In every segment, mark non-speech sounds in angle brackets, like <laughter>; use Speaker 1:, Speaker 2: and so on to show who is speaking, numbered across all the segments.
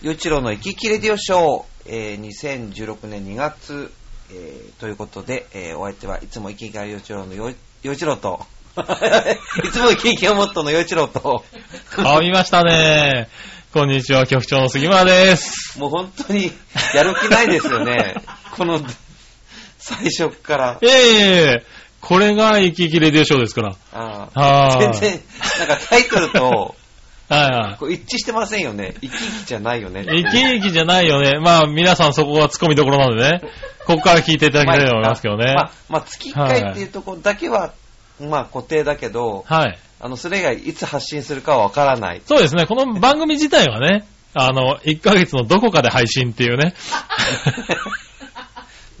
Speaker 1: ゆういちろうの生ききレディオショー、えー2016年2月、えーということで、えーお相手はいつも生き生きがゆういちろうのよいよいちろう
Speaker 2: <laughs>
Speaker 1: と、いつも生き生きをモットーのよいちろうと、
Speaker 2: あ、見ましたね。こんにちは、局長の杉村です。
Speaker 1: もう本当にやる気ないですよね。この、最初から
Speaker 2: え。えこれが生き生きレディオショーですから。
Speaker 1: あー全
Speaker 2: はい。
Speaker 1: 然、なんかタイトルと
Speaker 2: <laughs> は
Speaker 1: こう一致してませんよね。生き生きじゃないよね。
Speaker 2: いはい。生き生きじゃないよね。まあ、皆さんそこがツッコミどころなんでね。ここから聞いていただきたいと思いますけどね。
Speaker 1: まあ、まあ、月1回っていうところだけは、まあ固定だけど、
Speaker 2: はい。
Speaker 1: あの、それ以外いつ発信するかはわから
Speaker 2: <laughs>
Speaker 1: ない。
Speaker 2: そうですね。この番組自体はね、あの、1ヶ月のどこかで配信っていうね。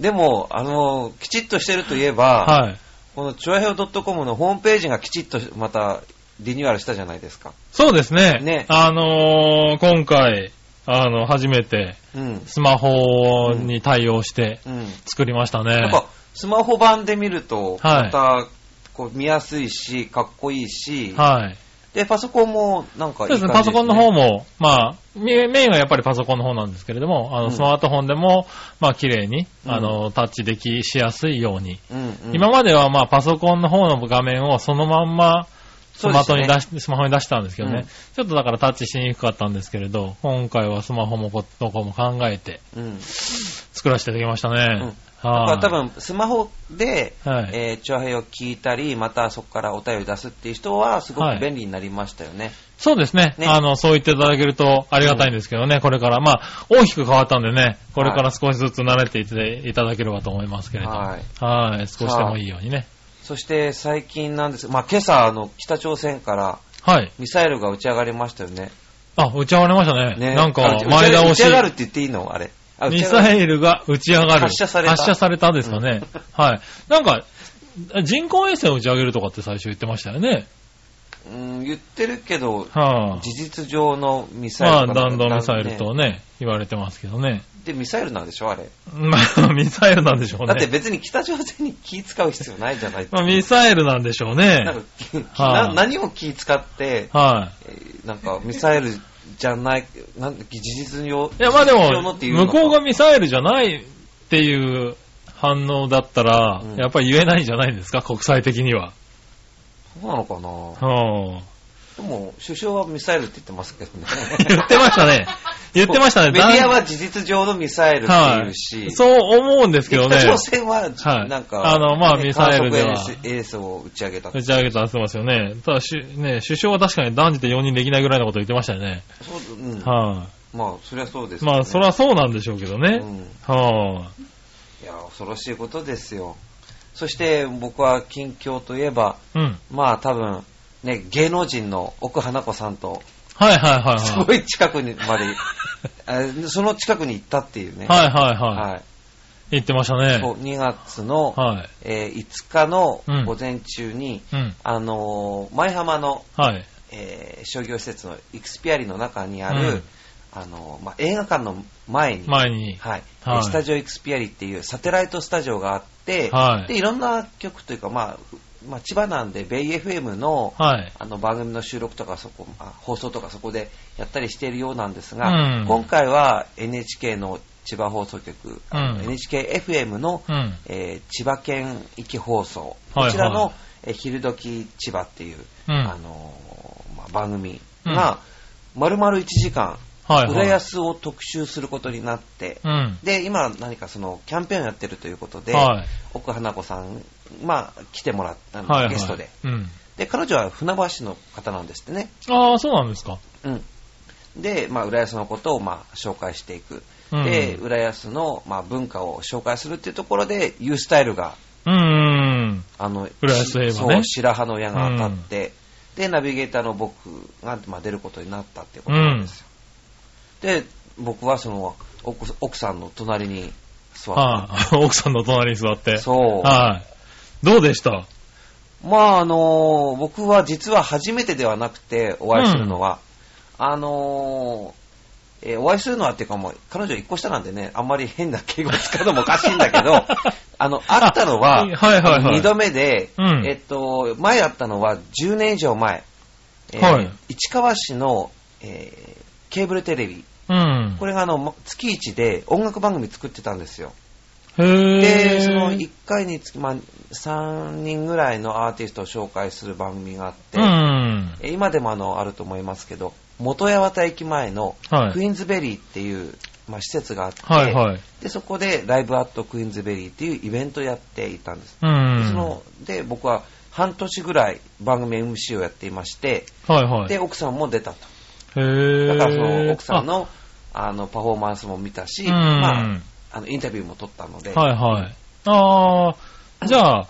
Speaker 1: でも、あの、きちっとしてるといえば、
Speaker 2: はい。
Speaker 1: このチョアヘオ .com のホームページがきちっとまたリニューアルしたじゃないですか。
Speaker 2: そうですね。
Speaker 1: ね
Speaker 2: あのー今回、あの、初めて
Speaker 1: うん。
Speaker 2: スマホに対応して
Speaker 1: うん。
Speaker 2: 作りましたね。
Speaker 1: やっぱ、スマホ版で見ると、
Speaker 2: はい
Speaker 1: また、こう見やすいし、かっこいいし、
Speaker 2: はい。
Speaker 1: で、パソコンもなんか
Speaker 2: そ
Speaker 1: いうい感じ
Speaker 2: ですね、パソコンの方
Speaker 1: も。
Speaker 2: も、まあ、メメインはやっぱりパソコンの方なんですけれども、あ
Speaker 1: う
Speaker 2: の、
Speaker 1: ん
Speaker 2: スマートフォンでも、まあ、綺麗に、
Speaker 1: うん
Speaker 2: あの、タッチできしやすいように。
Speaker 1: うん、うん。
Speaker 2: 今までは、まあ、パソコンの方の画面をそのまんま、ス
Speaker 1: そうで
Speaker 2: マ
Speaker 1: す
Speaker 2: ホ
Speaker 1: ね
Speaker 2: に出し、スマホに出したんですけど
Speaker 1: う
Speaker 2: ね、
Speaker 1: ん
Speaker 2: ちょっとだからタッチしにくかったんですけれど、今回はスマホもこ、どこも考えて、
Speaker 1: うん。
Speaker 2: 作らせていただきましたね。
Speaker 1: だか
Speaker 2: は
Speaker 1: ら
Speaker 2: い
Speaker 1: 多分、スマホで、
Speaker 2: はい
Speaker 1: えー、チョアヘヨ聞いたり、またそこからお便り出すっていう人は、すご
Speaker 2: は
Speaker 1: く
Speaker 2: い
Speaker 1: 便利になりましたよね。
Speaker 2: そうですね
Speaker 1: ね
Speaker 2: あの、そう言っていただけるとありがたいんですけどね、これから。まあ、大きく変わったんでね、これから少しずつ慣れていっていただければと思いますけれど。は
Speaker 1: はい。
Speaker 2: い。少しでもいいようにね。
Speaker 1: そして最近なんですまあ今朝、あの、北朝鮮から
Speaker 2: はい。
Speaker 1: ミサイルが打ち上がりましたよね。
Speaker 2: あ、打ち上がりましたね。
Speaker 1: ね
Speaker 2: なん
Speaker 1: あ
Speaker 2: か
Speaker 1: 打ち、
Speaker 2: 前倒
Speaker 1: 打ち
Speaker 2: し
Speaker 1: 上。がるって言っていいのあれ。あ
Speaker 2: ミサ
Speaker 1: ル。
Speaker 2: イルが打ち上がる。
Speaker 1: 発射された
Speaker 2: 発射されたですかね。はい。なんか、人工衛星を打ち上げるとかって最初言ってましたよね。
Speaker 1: うん、言ってるけど、
Speaker 2: はあ。
Speaker 1: 事実上のミサイ
Speaker 2: まあ、
Speaker 1: ルかな
Speaker 2: 弾道ミサイルと
Speaker 1: ね
Speaker 2: ね、言われてますけどね。 <laughs>
Speaker 1: で、ミサイルなんでしょあれ。
Speaker 2: まあ、ミサイルなんでしょうね。
Speaker 1: だって別に北朝鮮に気使う必要ないじゃない。
Speaker 2: まあ、ミサイルなんでしょうね。
Speaker 1: なんかき
Speaker 2: はあ
Speaker 1: な何を気使って、
Speaker 2: は
Speaker 1: えーなんかミサイルじゃない、 <laughs> なんか事実上、
Speaker 2: い。いや、まあで
Speaker 1: 必要の
Speaker 2: も、
Speaker 1: っていうの
Speaker 2: 向
Speaker 1: か
Speaker 2: こうがミサイルじゃないっていう反応だったら、
Speaker 1: うん
Speaker 2: やっぱり言えないんじゃないですか、国際的には。
Speaker 1: そうなのかな
Speaker 2: うん。
Speaker 1: でも、首相はミサイルって言ってますけどね。
Speaker 2: 言ってまし
Speaker 1: <laughs>
Speaker 2: たね。 <laughs> 言ってましたね。
Speaker 1: メディア
Speaker 2: だん
Speaker 1: は事実上のミサイルっていうし、
Speaker 2: そう思うんですけどね
Speaker 1: 北。朝鮮は、
Speaker 2: はい
Speaker 1: なんか、
Speaker 2: あのまあミサイルでは
Speaker 1: 観測衛星を打ち上げた。そ
Speaker 2: 打ち上げたらすますよね。ただし、ね、首相は確かに男児で4人できないぐらいのこと言ってましたよね。
Speaker 1: ううん、
Speaker 2: は
Speaker 1: まあ、そりゃそうです
Speaker 2: い。
Speaker 1: よね、
Speaker 2: まあ、それはそうなんでしょうけど
Speaker 1: う
Speaker 2: ね。
Speaker 1: ん。
Speaker 2: はい
Speaker 1: や、恐ろしいことですよ。そして、僕は近況といえば、
Speaker 2: い。うん。
Speaker 1: まあ、多分、ね、芸能人の奥花子さんと、
Speaker 2: はいはいはいはい。
Speaker 1: すごい近くにまで、あその近くに行ったっていうね。
Speaker 2: <laughs> はいはいは。
Speaker 1: はい
Speaker 2: 言ってました
Speaker 1: い。そ
Speaker 2: ね。
Speaker 1: う2月の、
Speaker 2: はい。
Speaker 1: えー5日の
Speaker 2: うん
Speaker 1: 午前中に、
Speaker 2: うん。
Speaker 1: あのー舞浜の、
Speaker 2: はい。
Speaker 1: えー商業施設のイクスピアリの中にある、
Speaker 2: うん
Speaker 1: あのーまあ、映画館の前に、
Speaker 2: 前に。
Speaker 1: はい
Speaker 2: はい
Speaker 1: スタジオイクスピアリっていうサテライトスタジオがあって、
Speaker 2: はい
Speaker 1: でいろんな曲というか、まあふまあ、千葉なんで、ベイ FM の
Speaker 2: はい。
Speaker 1: あの番組の収録とかそこ、あ放送とかそこでやったりしているようなんですが、
Speaker 2: うん
Speaker 1: 今回は NHK の千葉放送局、あの
Speaker 2: うん
Speaker 1: NHKFM の、
Speaker 2: うん。
Speaker 1: えー千葉県域放送、
Speaker 2: はい
Speaker 1: こちらの、
Speaker 2: はい
Speaker 1: えー昼時千葉っていう、
Speaker 2: うん
Speaker 1: あのーまあ、番組が、丸々1時間、
Speaker 2: はいはい。
Speaker 1: 浦安を特集することになって、
Speaker 2: うん。
Speaker 1: で、今何かそのキャンペーンをやってるということで、
Speaker 2: はい。
Speaker 1: 奥花子さん、まあ、来てもらったの、
Speaker 2: はいはい。
Speaker 1: ゲストで。
Speaker 2: うん。
Speaker 1: で、彼女は船橋の方なんですってね。
Speaker 2: ああ、そうなんですか。
Speaker 1: うん。で、まあ、浦安のことを、まあ、紹介していく。
Speaker 2: うん
Speaker 1: で、浦安の、まあ、文化を紹介するっていうところで、ユースタイルが、
Speaker 2: うんうん
Speaker 1: あの、
Speaker 2: 浦安といえばね
Speaker 1: そう、白羽の矢が当たって、で、ナビゲーターの僕が、まあ、出ることになったっていうことなんですよ。で、僕はその奥、奥さんの隣に
Speaker 2: う
Speaker 1: 座
Speaker 2: ん。
Speaker 1: って、
Speaker 2: はい。 <laughs> 奥さんの隣に座って。
Speaker 1: そう。
Speaker 2: はい。どうでした
Speaker 1: まあ、あのー僕は実は初めてではなくて、お会いするのは、あのーえーお会いするのはっていうかもう、彼女一個下なんでね、あんまり変な敬語使うのもおかしいんだけ
Speaker 2: <laughs>
Speaker 1: ど、あの、会ったのは、
Speaker 2: あはいはいはい
Speaker 1: あの二度目で、
Speaker 2: うん
Speaker 1: えっと、前会ったのは10年以上前、えー
Speaker 2: はい
Speaker 1: 市川市の、えーケーブルテレビ、
Speaker 2: うん。
Speaker 1: これがあの、ま月一で音楽番組作ってたんですよ。
Speaker 2: へぇー。
Speaker 1: で、その1回につき、まあ、3人ぐらいのアーティストを紹介する番組があって、
Speaker 2: うん。
Speaker 1: え今でもあの、あると思いますけど、元八幡駅前の
Speaker 2: はい
Speaker 1: クイーンズベリーっていう、まあ、施設があって、
Speaker 2: はいはい。
Speaker 1: で、そこでライブアットクイーンズベリーっていうイベントをやっていたんです。
Speaker 2: う
Speaker 1: で
Speaker 2: ん。
Speaker 1: その、で、僕は半年ぐらい番組 MC をやっていまして、
Speaker 2: はいはい。
Speaker 1: で、奥さんも出たと。
Speaker 2: へぇ
Speaker 1: だ
Speaker 2: ー。
Speaker 1: からその奥さんの、あの、パフォーマンスも見たし、
Speaker 2: うん
Speaker 1: まあ、あの、インタビューも撮ったので、
Speaker 2: あはいはい。あー、じゃあ、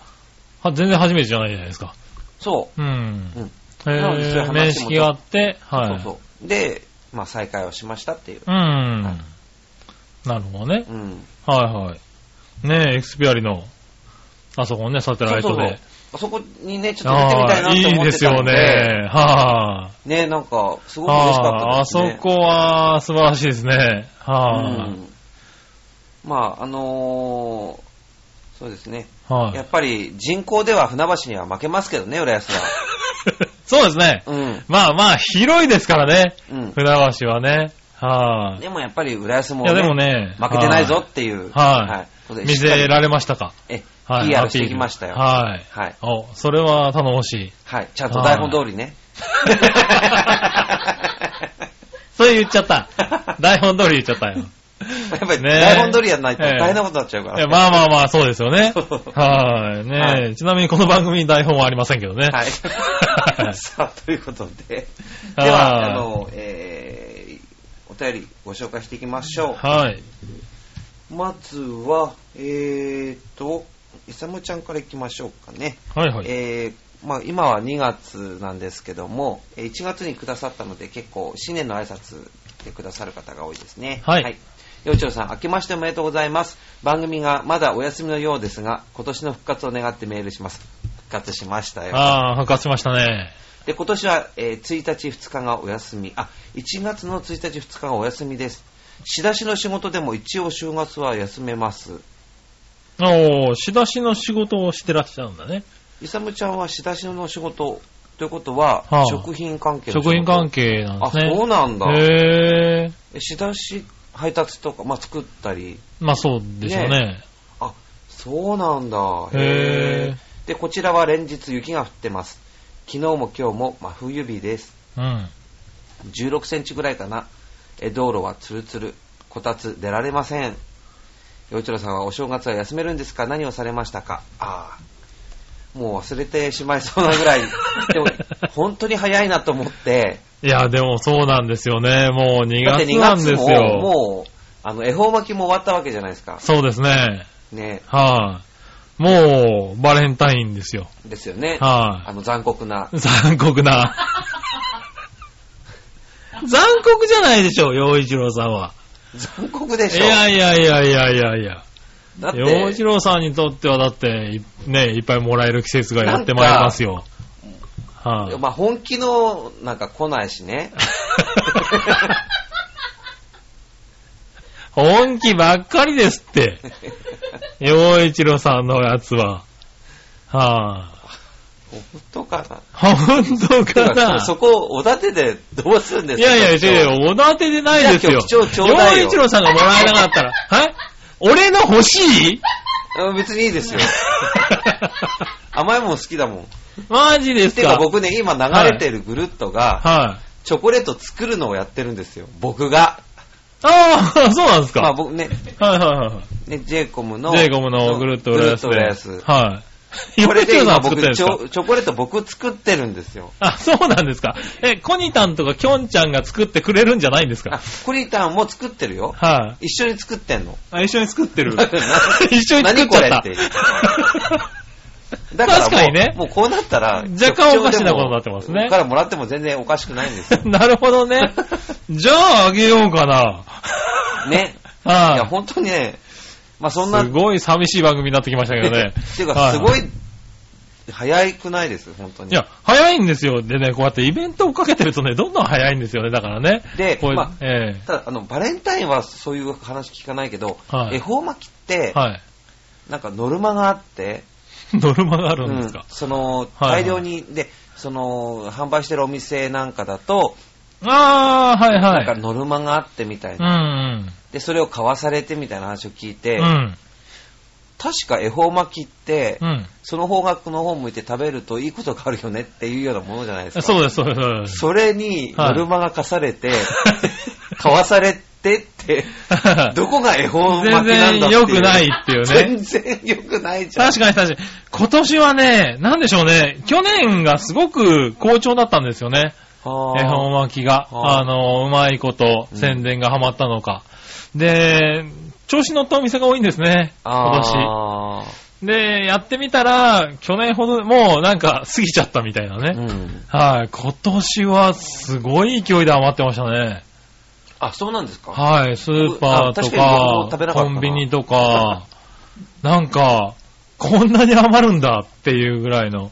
Speaker 2: は全然初めてじゃないじゃないですか。
Speaker 1: そ
Speaker 2: うん
Speaker 1: う。。うん。
Speaker 2: へ
Speaker 1: なのでそういう話
Speaker 2: ぇー、
Speaker 1: も
Speaker 2: 面識があって、はい。
Speaker 1: そうそう。で、まあ、再会をしましたっていう。
Speaker 2: うん。
Speaker 1: はい
Speaker 2: なるほどね。
Speaker 1: うん。
Speaker 2: はいはい。ねえ、エクスピアリの、あそこね、サテライトで。
Speaker 1: あそこにね、ちょっと出てみたい
Speaker 2: あ
Speaker 1: な
Speaker 2: あ、い
Speaker 1: と
Speaker 2: い
Speaker 1: 思
Speaker 2: で
Speaker 1: って
Speaker 2: す
Speaker 1: た
Speaker 2: よ
Speaker 1: ので、ね。
Speaker 2: ね。は
Speaker 1: なんか、す
Speaker 2: あ。
Speaker 1: ごく嬉しか
Speaker 2: はあ、
Speaker 1: った
Speaker 2: あ
Speaker 1: ですね。
Speaker 2: そこは素晴らしいですね。は
Speaker 1: うん。まあ、あのーそうですね。
Speaker 2: あ。は
Speaker 1: や
Speaker 2: い。
Speaker 1: っぱり人口では船橋には負けますけどね、浦安は。
Speaker 2: <laughs> <laughs> そうですね。
Speaker 1: うん。
Speaker 2: まあまあ、広いですからね。
Speaker 1: うん。
Speaker 2: 船橋はね。はい。
Speaker 1: でもやっぱり浦安も、
Speaker 2: いやでもね
Speaker 1: 負けてないぞっていう、
Speaker 2: はい
Speaker 1: ことで
Speaker 2: 見
Speaker 1: しっかり
Speaker 2: せられましたか。
Speaker 1: え、
Speaker 2: はい。
Speaker 1: PR
Speaker 2: アピール
Speaker 1: してきましたよ。はい。は
Speaker 2: はい。
Speaker 1: い。
Speaker 2: お、それは頼もしい。
Speaker 1: ちゃんと台本通りね。
Speaker 2: それ言っちゃった。台本通り言っちゃったよ。
Speaker 1: <laughs> やっぱり
Speaker 2: ねえ
Speaker 1: 台本通りやんないと
Speaker 2: ええ
Speaker 1: 大変なことになっちゃうか
Speaker 2: い
Speaker 1: ら。。
Speaker 2: やまあまあまあ、そうですよね
Speaker 1: <laughs>
Speaker 2: はい。ね、
Speaker 1: は
Speaker 2: ちなみにこの番組に台本はありませんけど <laughs> ね。
Speaker 1: はい。さあ、ということで。で
Speaker 2: あー
Speaker 1: は、あの、えー、お便りご紹介していきましょ
Speaker 2: はい。
Speaker 1: う。まずは、えーと、イサムちゃんからいきましょうかね。
Speaker 2: はいはい。
Speaker 1: えーまあ、今は2月なんですけども、えー1月にくださったので結構新年の挨拶でくださる方が多いですね。
Speaker 2: はい
Speaker 1: よいちょうさん、明けましておめでとうございます。番組がまだお休みのようですが、今年の復活を願ってメールします。復活しましたよ。
Speaker 2: ああ、復活しましたね。
Speaker 1: で、今年は、えー1日2日がお休み。あ、1月の1日2日がお休みです。仕出しの仕事でも一応正月は休めます。
Speaker 2: おー、仕出しの仕事をしてらっしゃるんだね。
Speaker 1: イサムちゃんは仕出しの仕事ということは、
Speaker 2: はあ
Speaker 1: 食品関係の仕事
Speaker 2: 食品関係なんですね。
Speaker 1: あ、そうなんだ。
Speaker 2: へえ。
Speaker 1: え仕出し配達とか、まあ、作ったり、
Speaker 2: まあそうでしょうね。
Speaker 1: あ、そうなんだ。
Speaker 2: へ
Speaker 1: へーで、こちらは連日雪が降ってます。昨日も今日も真冬日です。
Speaker 2: うん。
Speaker 1: 16センチぐらいかな。え道路はツルツル。こたつ出られません。洋一郎さんはお正月は休めるんですか何をされましたかああ。もう忘れてしまいそうなぐらい。でも、本当に早いなと思って。
Speaker 2: いや、でもそうなんですよね。もう2
Speaker 1: だって
Speaker 2: 月
Speaker 1: 2
Speaker 2: なん
Speaker 1: 月
Speaker 2: です
Speaker 1: も、
Speaker 2: よ。
Speaker 1: もう、あの、恵方巻きも終わったわけじゃないですか。
Speaker 2: そうですね。
Speaker 1: ね。
Speaker 2: はい、もう、バレンタインですよ。
Speaker 1: ですよね。
Speaker 2: は
Speaker 1: あの、残酷な。
Speaker 2: い、残
Speaker 1: <laughs>
Speaker 2: 酷な。残酷じゃないでしょ、洋一郎さんは。
Speaker 1: 残酷で
Speaker 2: い
Speaker 1: しょ。
Speaker 2: やいやいやいやいやいや。
Speaker 1: だって、
Speaker 2: 洋一郎さんにとってはだって、いね、いっぱいもらえる季節がやってまいりますよ。はい、
Speaker 1: まあ、本気の、なんか来ないし
Speaker 2: <laughs>
Speaker 1: ね。
Speaker 2: 本気ばっかりですって。洋一郎さんのやつは。は
Speaker 1: 本当かな。
Speaker 2: ぁ、本当 <laughs> か
Speaker 1: て
Speaker 2: な
Speaker 1: かそこ、おだてでどうするんです
Speaker 2: い
Speaker 1: か
Speaker 2: やいや、違
Speaker 1: う。
Speaker 2: う違う、おだてでないですよ
Speaker 1: いや。今日貴重ちょうだいよ
Speaker 2: 洋一郎さんがもらえなかったら、はい俺の欲し
Speaker 1: <laughs>
Speaker 2: い
Speaker 1: あ別にいいです
Speaker 2: <laughs>
Speaker 1: よ。甘いもん好きだもん。
Speaker 2: マジです
Speaker 1: てか
Speaker 2: か
Speaker 1: 僕ね、今流れてるグルッとが、
Speaker 2: はい。
Speaker 1: チョコレート作るのをやってるんですよ。僕が。
Speaker 2: ああ、そうなんです
Speaker 1: まあ
Speaker 2: か。
Speaker 1: 僕ね、
Speaker 2: はいはいはいはい。
Speaker 1: ね、ジェイコムの。
Speaker 2: ジェイコムのグルート
Speaker 1: グ
Speaker 2: 浦
Speaker 1: ルッ
Speaker 2: 安で。
Speaker 1: と浦安。
Speaker 2: はい。
Speaker 1: これで
Speaker 2: 洋一郎
Speaker 1: 今
Speaker 2: さん作
Speaker 1: 僕
Speaker 2: ってるんで
Speaker 1: チ
Speaker 2: すか
Speaker 1: ョ、チョコレート僕作ってるんですよ。
Speaker 2: あ、そうなんですか。え、コニタンとかキョンちゃんが作ってくれるんじゃないんです
Speaker 1: あ
Speaker 2: か、
Speaker 1: クリタンも作ってるよ。
Speaker 2: はい、
Speaker 1: 一緒に作ってんの。
Speaker 2: あ。一緒に作っ
Speaker 1: <laughs>
Speaker 2: てる一
Speaker 1: 一
Speaker 2: 緒に作っちゃ
Speaker 1: <laughs>
Speaker 2: った
Speaker 1: 何これって。だからもう
Speaker 2: 確かにね
Speaker 1: もうこうなったら、
Speaker 2: 若干おかしなことになってます
Speaker 1: 局長で
Speaker 2: ね
Speaker 1: もからもらっても全然おかしくないん
Speaker 2: <laughs>
Speaker 1: ですよ。
Speaker 2: なるほどね。じゃああげようかな。
Speaker 1: ね。いや、
Speaker 2: は
Speaker 1: 本当にね、まあそん
Speaker 2: い、
Speaker 1: な、
Speaker 2: すごい寂しい番組になってきましたけどね
Speaker 1: <laughs> 。っていうか、すご、
Speaker 2: はい
Speaker 1: 早くないです、本当に。
Speaker 2: いや、早いんですよ。でね、こうやってイベントをかけてるとね、どんどん早いんですよね、だからね。
Speaker 1: で
Speaker 2: こういう、
Speaker 1: まあ
Speaker 2: え
Speaker 1: ただ、あの、バレンタインはそういう話聞かないけど、
Speaker 2: はい
Speaker 1: 恵方巻きって
Speaker 2: え、はい。 <laughs>
Speaker 1: なんかノルマがあって、
Speaker 2: ノルマがあるんです
Speaker 1: うん
Speaker 2: か。
Speaker 1: その、
Speaker 2: はい
Speaker 1: 大量に、で、その、販売してるお店なんかだと、
Speaker 2: ああ、はい
Speaker 1: なんか
Speaker 2: はい。
Speaker 1: ノルマがあってみたい
Speaker 2: うん
Speaker 1: な。で、それを買わされてみたいな話を聞いて、
Speaker 2: うん。うん。
Speaker 1: 確か恵方巻きって、
Speaker 2: うん。
Speaker 1: その方角の方向いて食べるといいことがあるよねっていうようなものじゃないですか。
Speaker 2: そうです、そうですそう
Speaker 1: <laughs>
Speaker 2: です。
Speaker 1: それに
Speaker 2: はい
Speaker 1: ノルマが課されて、買わされてって、どこが恵方巻きなん
Speaker 2: <laughs> 全
Speaker 1: だっていう
Speaker 2: 然良くないっていうね。
Speaker 1: 全然良くないじゃん。
Speaker 2: 確かに確かに。今年はね、なんでしょうね、去年がすごく好調だったんですよね。
Speaker 1: あー
Speaker 2: 恵方巻きが、
Speaker 1: あー
Speaker 2: あの、うまいこと
Speaker 1: うん
Speaker 2: 宣伝がハマったのか。で、調子乗ったお店が多いんですね、今年。
Speaker 1: あ
Speaker 2: で、やってみたら、去年ほど、もうなんか過ぎちゃったみたいなね。
Speaker 1: ーうん
Speaker 2: はい、今年はすごい勢いで余ってましたね。
Speaker 1: あ、そうなんですか。
Speaker 2: はい、スーパーと
Speaker 1: あ確かに僕も
Speaker 2: か、
Speaker 1: 食べなかった
Speaker 2: コ
Speaker 1: な
Speaker 2: ンビニとか、なんか、こんなに余るんだっていうぐらいの。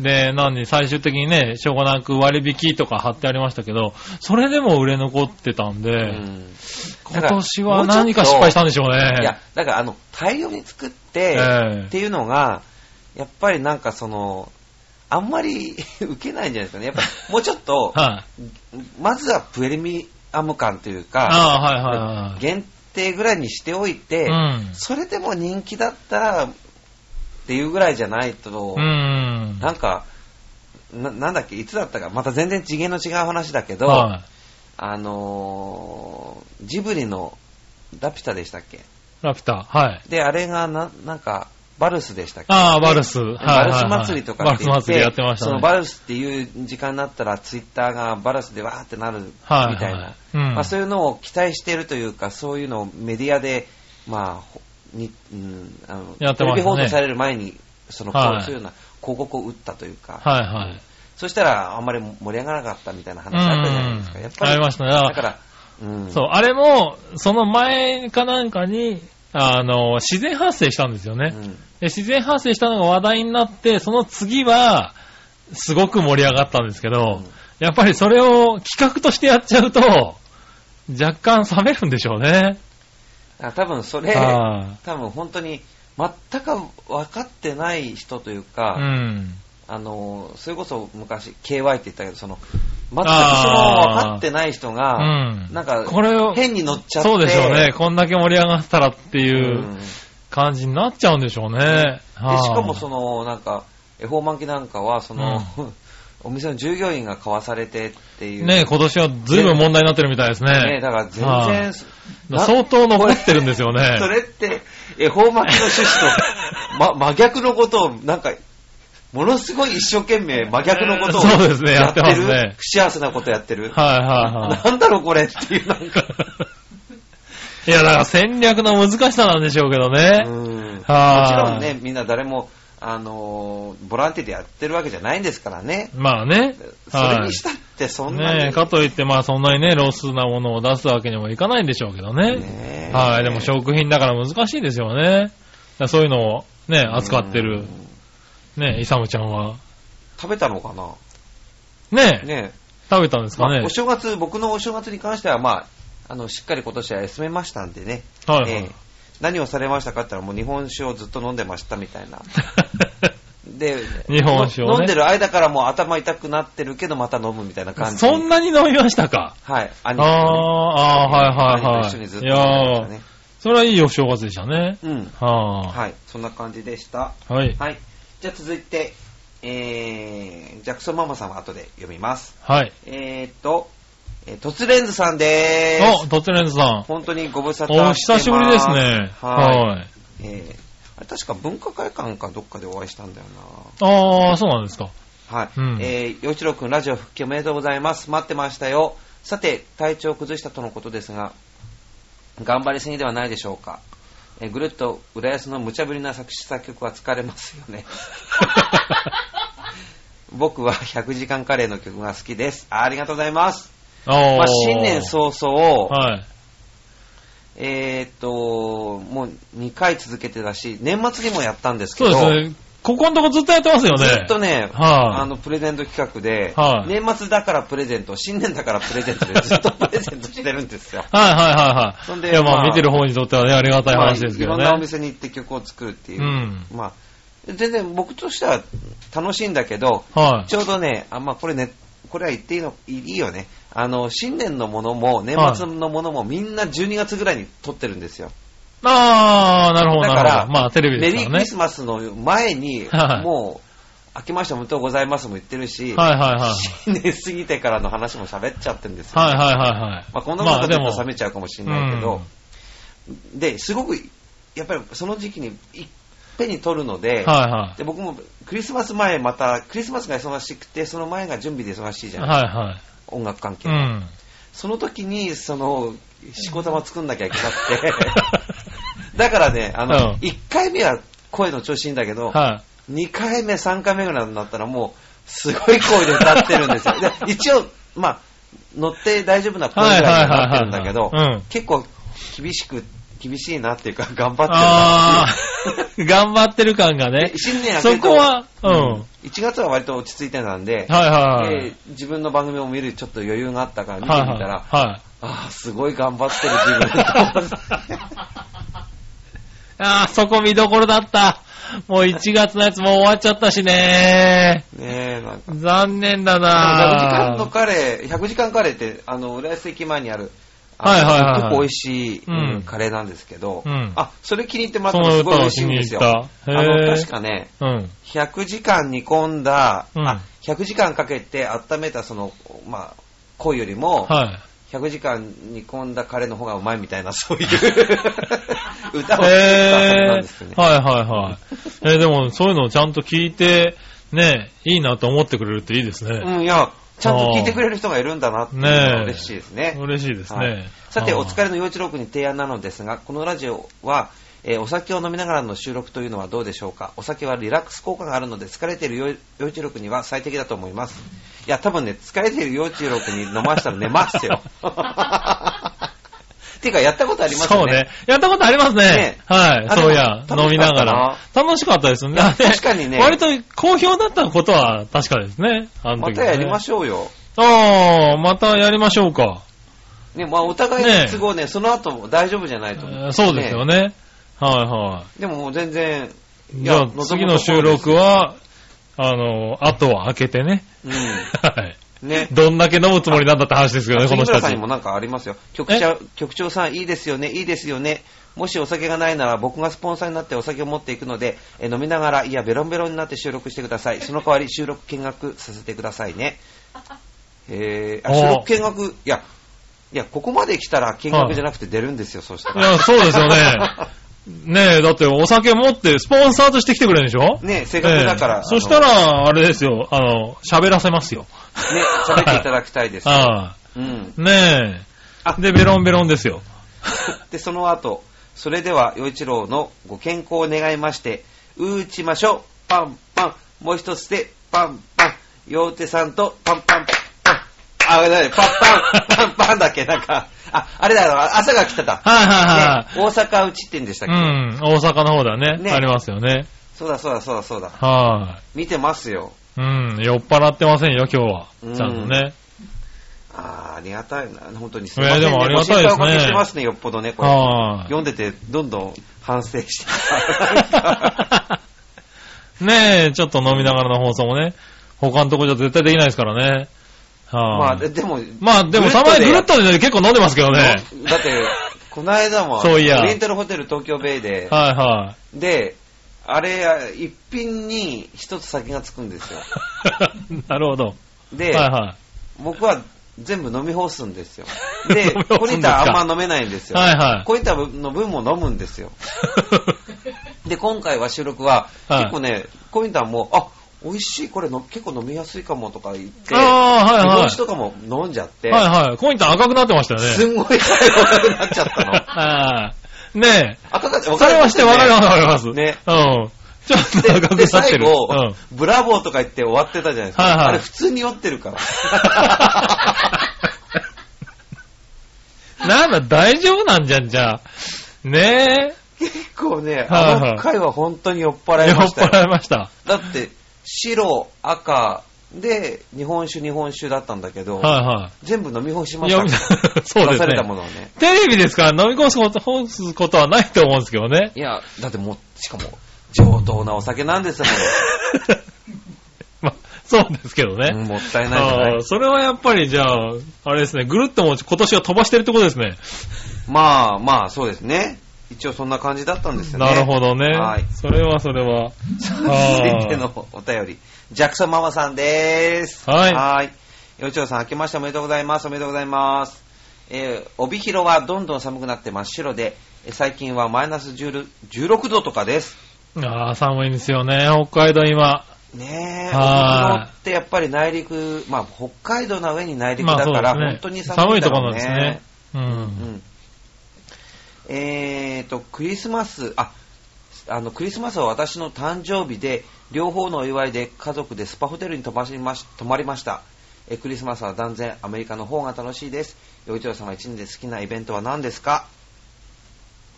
Speaker 2: で、なんに最終的にね、しょうがなく割引とか貼ってありましたけど、それでも売れ残ってたんで、
Speaker 1: うん
Speaker 2: 今年は何か失敗したんでしょうね。
Speaker 1: いや、だからあの、大量に作って、
Speaker 2: ええ
Speaker 1: っていうのが、やっぱりなんかその、あんまり <laughs> 受けないんじゃないですかね。やっぱ、もうちょっと、
Speaker 2: はい。
Speaker 1: まずはプレミアム感というか、
Speaker 2: ああ、はいはいはい。
Speaker 1: 限定ぐらいにしておいて、
Speaker 2: うん
Speaker 1: それでも人気だったら、っていうぐらいじゃないと、
Speaker 2: うん。
Speaker 1: なんか、ななんだっけ、いつだったか、また全然次元の違う話だけど、
Speaker 2: は
Speaker 1: あのージブリのラピュタでしたっけ
Speaker 2: い。ラピュタ、はい。
Speaker 1: で、あれがな、なんか、バルスでしたっけ
Speaker 2: ああ、バルス。はい
Speaker 1: バ
Speaker 2: はい
Speaker 1: ル
Speaker 2: は
Speaker 1: ス
Speaker 2: い
Speaker 1: 祭りとか
Speaker 2: バ
Speaker 1: っ
Speaker 2: ル
Speaker 1: て
Speaker 2: ス
Speaker 1: 言って
Speaker 2: 祭りやってましたね。
Speaker 1: そのバルスっていう時間になったら、ツイッターがバルスでわーってなるみ
Speaker 2: はいはい
Speaker 1: たいな、
Speaker 2: うん
Speaker 1: まあ、そういうのを期待してるというか、そういうのをメディアで、まあほにうん、あの
Speaker 2: やって
Speaker 1: テレ
Speaker 2: ますね
Speaker 1: ビ放送される前にその、こう
Speaker 2: はい
Speaker 1: そういうような広告を打ったというか、
Speaker 2: はいはい。
Speaker 1: そしたらあんまり盛り上がらなかったみたいな話あったじゃないですか、
Speaker 2: うん
Speaker 1: やっぱり
Speaker 2: ありましたね
Speaker 1: だから、うん、
Speaker 2: そう、あれも、その前かなんかに、あの、自然発生したんですよね
Speaker 1: う。ん
Speaker 2: で自然発生したのが話題になって、その次は、すごく盛り上がったんですけど、
Speaker 1: うん
Speaker 2: やっぱりそれを企画としてやっちゃうと、若干冷めるんでしょうね。
Speaker 1: あ多分それ、
Speaker 2: あ
Speaker 1: 多分本当に全く分かってない人という
Speaker 2: あ
Speaker 1: か、
Speaker 2: うん。
Speaker 1: あのそれこそ昔 KY って言ったけどその全くその分
Speaker 2: あー
Speaker 1: かってない人
Speaker 2: う
Speaker 1: が、
Speaker 2: ん。
Speaker 1: なんか
Speaker 2: これを、
Speaker 1: 変に乗っちゃって
Speaker 2: そうでしょうね。こんだけ盛り上がったらって
Speaker 1: う
Speaker 2: い
Speaker 1: ん
Speaker 2: う感じになっちゃうんでしょうね。は
Speaker 1: で
Speaker 2: い
Speaker 1: しかもそのなんか恵方巻きなんかはその、 <laughs> お店の従業員が買わされてっていう
Speaker 2: ね今年は随分問題になってるみたいです
Speaker 1: ねだから全然そな
Speaker 2: 相当残ってるんですよね。
Speaker 1: それって恵方巻きの趣
Speaker 2: <laughs>
Speaker 1: 旨と、ま、真逆のことをなんかものすごい一生懸命真逆のことを
Speaker 2: <laughs> そうですねやってますね
Speaker 1: やる不幸せなことやってる、
Speaker 2: はいはいは
Speaker 1: なんだろうこれっていう <laughs> なん
Speaker 2: <laughs>
Speaker 1: か
Speaker 2: い。いや、だから戦略の難しさなんでしょうけどね。
Speaker 1: うんもち
Speaker 2: はい
Speaker 1: ろんね、みんな誰も、あのーボランティアでやってるわけじゃないんですからね。
Speaker 2: まあね。
Speaker 1: それにしたってそんなに。
Speaker 2: ねえ、かといって、まあそんなにね、ロスなものを出すわけにもいかないんでしょうけどね。
Speaker 1: ねえ
Speaker 2: はい、でも食品だから難しいですよね。だからそういうのをね、扱って
Speaker 1: う
Speaker 2: る
Speaker 1: ん、
Speaker 2: ね、イサムちゃんは。
Speaker 1: 食べたのかな
Speaker 2: ね
Speaker 1: ね
Speaker 2: 食べたんですか
Speaker 1: まあ
Speaker 2: ね
Speaker 1: お。正月、僕のお正月に関しては、まあ、あの、しっかり今年は休めましたんでね。
Speaker 2: はいは
Speaker 1: ええ
Speaker 2: <laughs> い。
Speaker 1: 何をされましたかって言ったら、もう日本酒をずっと飲んでましたみたいな。で、
Speaker 2: 日本酒をね
Speaker 1: 飲んでる間からもう頭痛くなってるけど、また飲むみたいな感じ。
Speaker 2: そんなに飲みましたか
Speaker 1: はい。
Speaker 2: あ
Speaker 1: 兄と
Speaker 2: ー
Speaker 1: ね
Speaker 2: あー、はいはい
Speaker 1: 兄
Speaker 2: はい。
Speaker 1: と一緒にずっと
Speaker 2: い
Speaker 1: 飲んでまし
Speaker 2: や
Speaker 1: た
Speaker 2: ー
Speaker 1: ね。
Speaker 2: それはいいお正月でしたね。
Speaker 1: うん。
Speaker 2: は
Speaker 1: はい、そんな感じでした。
Speaker 2: あ。はい。
Speaker 1: はい。じゃあ続いて、えー、ジャクソンママさんは後で読みます。
Speaker 2: はい。
Speaker 1: えーっと、えー、トツレンズさんでー
Speaker 2: お、
Speaker 1: す。
Speaker 2: トツレンズさん。
Speaker 1: 本当にご無沙汰して
Speaker 2: お、
Speaker 1: ます。
Speaker 2: 久しぶりですね。
Speaker 1: はい。
Speaker 2: はい。
Speaker 1: えーあれ確か文化会館かどっかでお会いしたんだよ
Speaker 2: ああ、そうなんで
Speaker 1: <laughs>
Speaker 2: すか。
Speaker 1: な。はい。
Speaker 2: うん
Speaker 1: えー、洋一郎くん、ラジオ復帰おめでとうございます。待ってましたよ。さて、体調を崩したとのことですが、頑張りすぎではないでしょうか。えーぐるっと浦安の無茶ぶりな作詞作曲は疲れますよね。僕は100時間カレーの曲が好きです。あありがとうございます。
Speaker 2: あ
Speaker 1: まあ、新年早々、
Speaker 2: はい。
Speaker 1: えーっと、もう2回続けてたし、年末にもやったんですけ
Speaker 2: そう
Speaker 1: ど、
Speaker 2: ですね。ここのとこずっとやってますよね。
Speaker 1: ずっとね、
Speaker 2: はい
Speaker 1: あの、プレゼント企画で、
Speaker 2: はい。
Speaker 1: 年末だからプレゼント、新年だからプレゼントでずっとプレゼントしてるんですよ
Speaker 2: はいはいはい
Speaker 1: そ
Speaker 2: は
Speaker 1: ん
Speaker 2: い。
Speaker 1: で
Speaker 2: いや、ま
Speaker 1: まあ
Speaker 2: あ見てる方にとってはね、ありがたい話ですけど
Speaker 1: まあいろ
Speaker 2: ね。
Speaker 1: んなお店に行って曲を作るっていう。
Speaker 2: うん
Speaker 1: まあ、全然僕としては楽しいんだけど、
Speaker 2: は
Speaker 1: <laughs>
Speaker 2: い
Speaker 1: ち。ょうどね、あ、まあこれね、これは言っていいの、いいいよね。あの、新年のものも、年末のものも、みんな12月ぐらいに撮ってるんですよ。
Speaker 2: あー、なるほど、
Speaker 1: だ
Speaker 2: な
Speaker 1: か
Speaker 2: る
Speaker 1: ら
Speaker 2: ほど。まあ、テレビで
Speaker 1: メ
Speaker 2: す
Speaker 1: リー
Speaker 2: か
Speaker 1: ク
Speaker 2: らね
Speaker 1: リス。マスの前に、
Speaker 2: はい
Speaker 1: もう、明けましておめでとうございますも言ってるし、
Speaker 2: はいはいはい。
Speaker 1: 新年過ぎてからの話も喋っちゃってるんですよ。
Speaker 2: はいはいはいはい。
Speaker 1: まあ、こんなことだとちょっと
Speaker 2: まあ
Speaker 1: 冷めちゃうかもしれないけど、
Speaker 2: うん
Speaker 1: で、すごく、やっぱりその時期にいっぺんに撮るので、
Speaker 2: はいは
Speaker 1: で僕もクリスマス前また、クリスマスが忙しくて、その前が準備で忙しい
Speaker 2: い。
Speaker 1: じゃない、
Speaker 2: はいはい。
Speaker 1: 音楽関係 <laughs>
Speaker 2: う
Speaker 1: の、
Speaker 2: ん。
Speaker 1: その時に、その、しこたま作んなきゃいけなくて、
Speaker 2: <laughs>
Speaker 1: だからね、あの、
Speaker 2: うん
Speaker 1: 1回目は声の調子いいんだけど、
Speaker 2: <laughs> は
Speaker 1: 2回目、3回目ぐらいになったらもう、すごい声で歌ってるん
Speaker 2: <laughs>
Speaker 1: ですよ。で一応、まあ、乗って大丈夫な声ぐらいになってるんだけど
Speaker 2: はいはいはいはいうん、
Speaker 1: 結構厳しく、厳しいなっていうか、頑
Speaker 2: い。
Speaker 1: 張
Speaker 2: あ
Speaker 1: ってるなって <laughs>
Speaker 2: ー、頑張ってる感が
Speaker 1: いう
Speaker 2: ね
Speaker 1: <laughs> で。。新年明け
Speaker 2: そ
Speaker 1: ると
Speaker 2: こは、うん。はい
Speaker 1: 1月は割と落ち着いてたんで、
Speaker 2: はいはい
Speaker 1: で。自分の番組を見るちょっと余裕があったから見てみ
Speaker 2: はいはい
Speaker 1: たら、
Speaker 2: はい。
Speaker 1: ああ、すごい頑張ってる自分と思って
Speaker 2: <laughs> あー、そこ見どころだった。もう1月のやつもう終わっちゃったしね。
Speaker 1: ねえ、なんか。
Speaker 2: 残念だ
Speaker 1: でも100時間
Speaker 2: な
Speaker 1: のカレー、100時間カレーって、あの、浦安駅前にある、
Speaker 2: はいはいはい
Speaker 1: あのすごく美味しい、
Speaker 2: うん
Speaker 1: うんカレーなんですけど、
Speaker 2: うん
Speaker 1: あ、それ気に入ってもらっ
Speaker 2: そ
Speaker 1: ても
Speaker 2: の
Speaker 1: すごい
Speaker 2: 歌
Speaker 1: 美
Speaker 2: を
Speaker 1: 味し
Speaker 2: 気
Speaker 1: いん
Speaker 2: に
Speaker 1: で
Speaker 2: 入
Speaker 1: す
Speaker 2: っ
Speaker 1: よ。あ
Speaker 2: た。
Speaker 1: の、
Speaker 2: へ
Speaker 1: 確
Speaker 2: ー。
Speaker 1: かね、
Speaker 2: うん。
Speaker 1: 100時間煮込んだ、
Speaker 2: うん
Speaker 1: あ、100時間かけて温めたその、まあ、濃いよりも、
Speaker 2: はい。
Speaker 1: 100時間煮込んだカレーの方がうまいみたいな、
Speaker 2: <laughs>
Speaker 1: そういう歌を作ったそうなん
Speaker 2: へ
Speaker 1: ですよね
Speaker 2: ー。はいはいはい。えーでもそういうのをちゃんと聞いて、ね、いいなと思ってくれるっていいですね。
Speaker 1: うん、いや、ちゃんと聞いてくれる人がいるんだなっていうの
Speaker 2: ね
Speaker 1: は
Speaker 2: え
Speaker 1: 嬉しいですね。
Speaker 2: 嬉しいですね。
Speaker 1: はいさて、
Speaker 2: あー
Speaker 1: お疲れの洋一郎君に提案なのですが、このラジオは、えーお酒を飲みながらの収録というのはどうでしょうかお酒はリラックス効果があるので、疲れている洋洋一郎君には最適だと思います。いや、多分ね、疲れている洋一郎君に飲ましたら寝ます
Speaker 2: <laughs>
Speaker 1: よ。ていうか、やったことあります
Speaker 2: そ
Speaker 1: よ
Speaker 2: うね
Speaker 1: ね。。
Speaker 2: やったことありますね。
Speaker 1: ね
Speaker 2: はい。
Speaker 1: あでも
Speaker 2: そうや、
Speaker 1: 楽しかったな
Speaker 2: 飲みながら。楽しかったですね。
Speaker 1: や
Speaker 2: だって
Speaker 1: 確かにね
Speaker 2: <laughs> 割と好評だったことは確かですね。あの
Speaker 1: ま
Speaker 2: 時、ね、
Speaker 1: たやりま
Speaker 2: ょ
Speaker 1: しょうよ。
Speaker 2: う。ああ、またやりましょうか。
Speaker 1: ね、まあ、お互いの都合ね、その後も大丈夫じゃないと思う、
Speaker 2: えーそうですよね。はいは
Speaker 1: でももう全然、
Speaker 2: い。
Speaker 1: い
Speaker 2: じ
Speaker 1: や
Speaker 2: ゃあ
Speaker 1: 望む
Speaker 2: 次の収録は、あの、後を開けてね。
Speaker 1: うん。
Speaker 2: <laughs> はい。
Speaker 1: ね。
Speaker 2: どんだけ飲むつもりなんだって話ですけどね、この人
Speaker 1: 村
Speaker 2: た
Speaker 1: さん
Speaker 2: ち
Speaker 1: に。もなんかありますよ。局長、局長さんいいですよね、いいですよね。もしお酒がないなら僕がスポンサーになってお酒を持っていくので、え飲みながら、いや、ベロンベロンになって収録してください。その代わり収録見学させてください
Speaker 2: <laughs>
Speaker 1: ね。えー、あ
Speaker 2: おー
Speaker 1: 収録見学、いや、いや、ここまで来たら見学じゃなくて出るんですよ、そうした
Speaker 2: い
Speaker 1: ら。
Speaker 2: や、そうですよね。 <laughs>
Speaker 1: <laughs>
Speaker 2: ねえ、だってお酒持って、スポンサーとして来てくれるんでしょ
Speaker 1: ね、せっかくだから、
Speaker 2: ええそした
Speaker 1: ら、ね、
Speaker 2: ら、あれですよ、あの、喋らせますよ。
Speaker 1: 喋っていただきたいです。
Speaker 2: <laughs> あ
Speaker 1: うん。
Speaker 2: あ、ね
Speaker 1: あ
Speaker 2: え。で、ベロンベロンですよ。
Speaker 1: で、その後、それでは、与一郎のご健康を願いまして、打ちましょう、パンパン、もう一つで、パンパン、両手さんと、パンパン、パン、あ、なに、パンパン、パンパンだっけ、なんか、あ、あれだよ、朝が来てた。
Speaker 2: はい
Speaker 1: ね
Speaker 2: は、
Speaker 1: 大阪打ちって言うんでしたっ
Speaker 2: い
Speaker 1: け、
Speaker 2: はい。うん、大阪の方だね。
Speaker 1: ね
Speaker 2: ありますよね。
Speaker 1: そうだそうだそうだそうだ。
Speaker 2: は
Speaker 1: 見てますよ。
Speaker 2: い。うん、酔っ払ってませんよ、今日は。
Speaker 1: うん
Speaker 2: ちゃんとね。
Speaker 1: あーありがたいな、本当にすいません、
Speaker 2: いやでもありがたいですね
Speaker 1: ご心配おかけしてますね、よっぽどね、これ。
Speaker 2: は
Speaker 1: 読んでて、どんどん反省
Speaker 2: <laughs>
Speaker 1: して。
Speaker 2: い。 <laughs> ねえ、ちょっと飲みながらの放送もね、他のとこじゃ絶対できないですからね。
Speaker 1: ま
Speaker 2: は
Speaker 1: あ、
Speaker 2: い。
Speaker 1: でも、
Speaker 2: まあ、でも、たまにぐるっとで結構飲んでますけどね。
Speaker 1: だって、この間も、
Speaker 2: そういや
Speaker 1: オリエンタルホテル東京ベイで、
Speaker 2: はいはい。
Speaker 1: で、あれ、一品に一つ先がつくんですよ。
Speaker 2: <laughs> なるほど。は
Speaker 1: で、
Speaker 2: いは
Speaker 1: 僕は全部飲み干すん
Speaker 2: <laughs>
Speaker 1: ですよ。
Speaker 2: 飲
Speaker 1: で
Speaker 2: み干すんです、か
Speaker 1: コニタあんま飲めないんです
Speaker 2: い。
Speaker 1: よ。
Speaker 2: はいは
Speaker 1: コニタの分も飲むんですよ。で、今回は収録は、
Speaker 2: はい
Speaker 1: 結構ね、コニタも、あ、美味しい、これの結構飲みやすいかもとか言って、
Speaker 2: い。 <laughs> ああ、
Speaker 1: 日
Speaker 2: はいは
Speaker 1: 本
Speaker 2: い
Speaker 1: 酒。とかも飲んじゃって、
Speaker 2: はいはい。コインタン赤くなってましたよね。
Speaker 1: すんごい体が悪くなっちゃ
Speaker 2: <laughs>
Speaker 1: ったの。
Speaker 2: はい。ね
Speaker 1: 赤かっ
Speaker 2: え。
Speaker 1: た
Speaker 2: それはしてわかりますわかります。
Speaker 1: ね
Speaker 2: うん。ちょっと
Speaker 1: で
Speaker 2: 赤く
Speaker 1: で
Speaker 2: なって
Speaker 1: 最
Speaker 2: る。
Speaker 1: 後、
Speaker 2: うん。
Speaker 1: ブラボーとか言って終わってたじゃないですか。
Speaker 2: はいはい
Speaker 1: あれ普通に酔ってる
Speaker 2: <laughs>
Speaker 1: から。
Speaker 2: <laughs> なんだ、大丈夫なんじゃん、じゃあ。ねえ。
Speaker 1: 結構ね、
Speaker 2: はい
Speaker 1: あ
Speaker 2: はい
Speaker 1: の回は本当に酔っ払
Speaker 2: 酔
Speaker 1: い
Speaker 2: っ
Speaker 1: ましたよ。
Speaker 2: 払いました。
Speaker 1: だって、白、赤、で、日本酒、日本酒だったんだけど、
Speaker 2: は
Speaker 1: 全部飲み干し
Speaker 2: い
Speaker 1: ま
Speaker 2: はい。
Speaker 1: した
Speaker 2: 読
Speaker 1: か
Speaker 2: み
Speaker 1: ら。
Speaker 2: <laughs> そう
Speaker 1: 出
Speaker 2: です
Speaker 1: された
Speaker 2: ね。
Speaker 1: ものをね。
Speaker 2: テレビですから飲み込すこと、干すことはないと思うんですけどね。 <laughs>
Speaker 1: いや、だってもう、しかも、上等なお酒なんですもの。
Speaker 2: まあ、そうですけど <laughs> ね。
Speaker 1: うんもったいないじゃな
Speaker 2: あ
Speaker 1: い
Speaker 2: ーそれはやっぱりじゃあ、あれですね、ぐるっともう今年は飛ばしてるってことですね。
Speaker 1: まあまあ、そうですね。一応そんな感じだったんですよね。
Speaker 2: なるほどね。
Speaker 1: はい
Speaker 2: それはそれは。
Speaker 1: <laughs> 続いてのお便り。ジャクソンママさんでーす。
Speaker 2: はい
Speaker 1: はい。よちょうさん、明けましておめでとうございます。おめでとうございます。えー帯広はどんどん寒くなって真っ白で、えー最近はマイナス10 16度とかです。
Speaker 2: ああ、寒いんですよね、北海道今。
Speaker 1: ねえ、
Speaker 2: はい
Speaker 1: 帯広ってやっぱり内陸、まあ北海道の上に内陸
Speaker 2: まあ
Speaker 1: だ
Speaker 2: そう
Speaker 1: から、
Speaker 2: ですね
Speaker 1: 本当に寒いんだ
Speaker 2: とこ
Speaker 1: ろ
Speaker 2: ろ
Speaker 1: うん
Speaker 2: な
Speaker 1: ね。
Speaker 2: ですね。う。
Speaker 1: うんん。えーと、クリスマス、あ、あの、クリスマスは私の誕生日で、両方のお祝いで家族でスパホテルに泊まりまし泊まりました。えークリスマスは断然アメリカの方が楽しいです。洋一郎様一年で好きなイベントは何ですか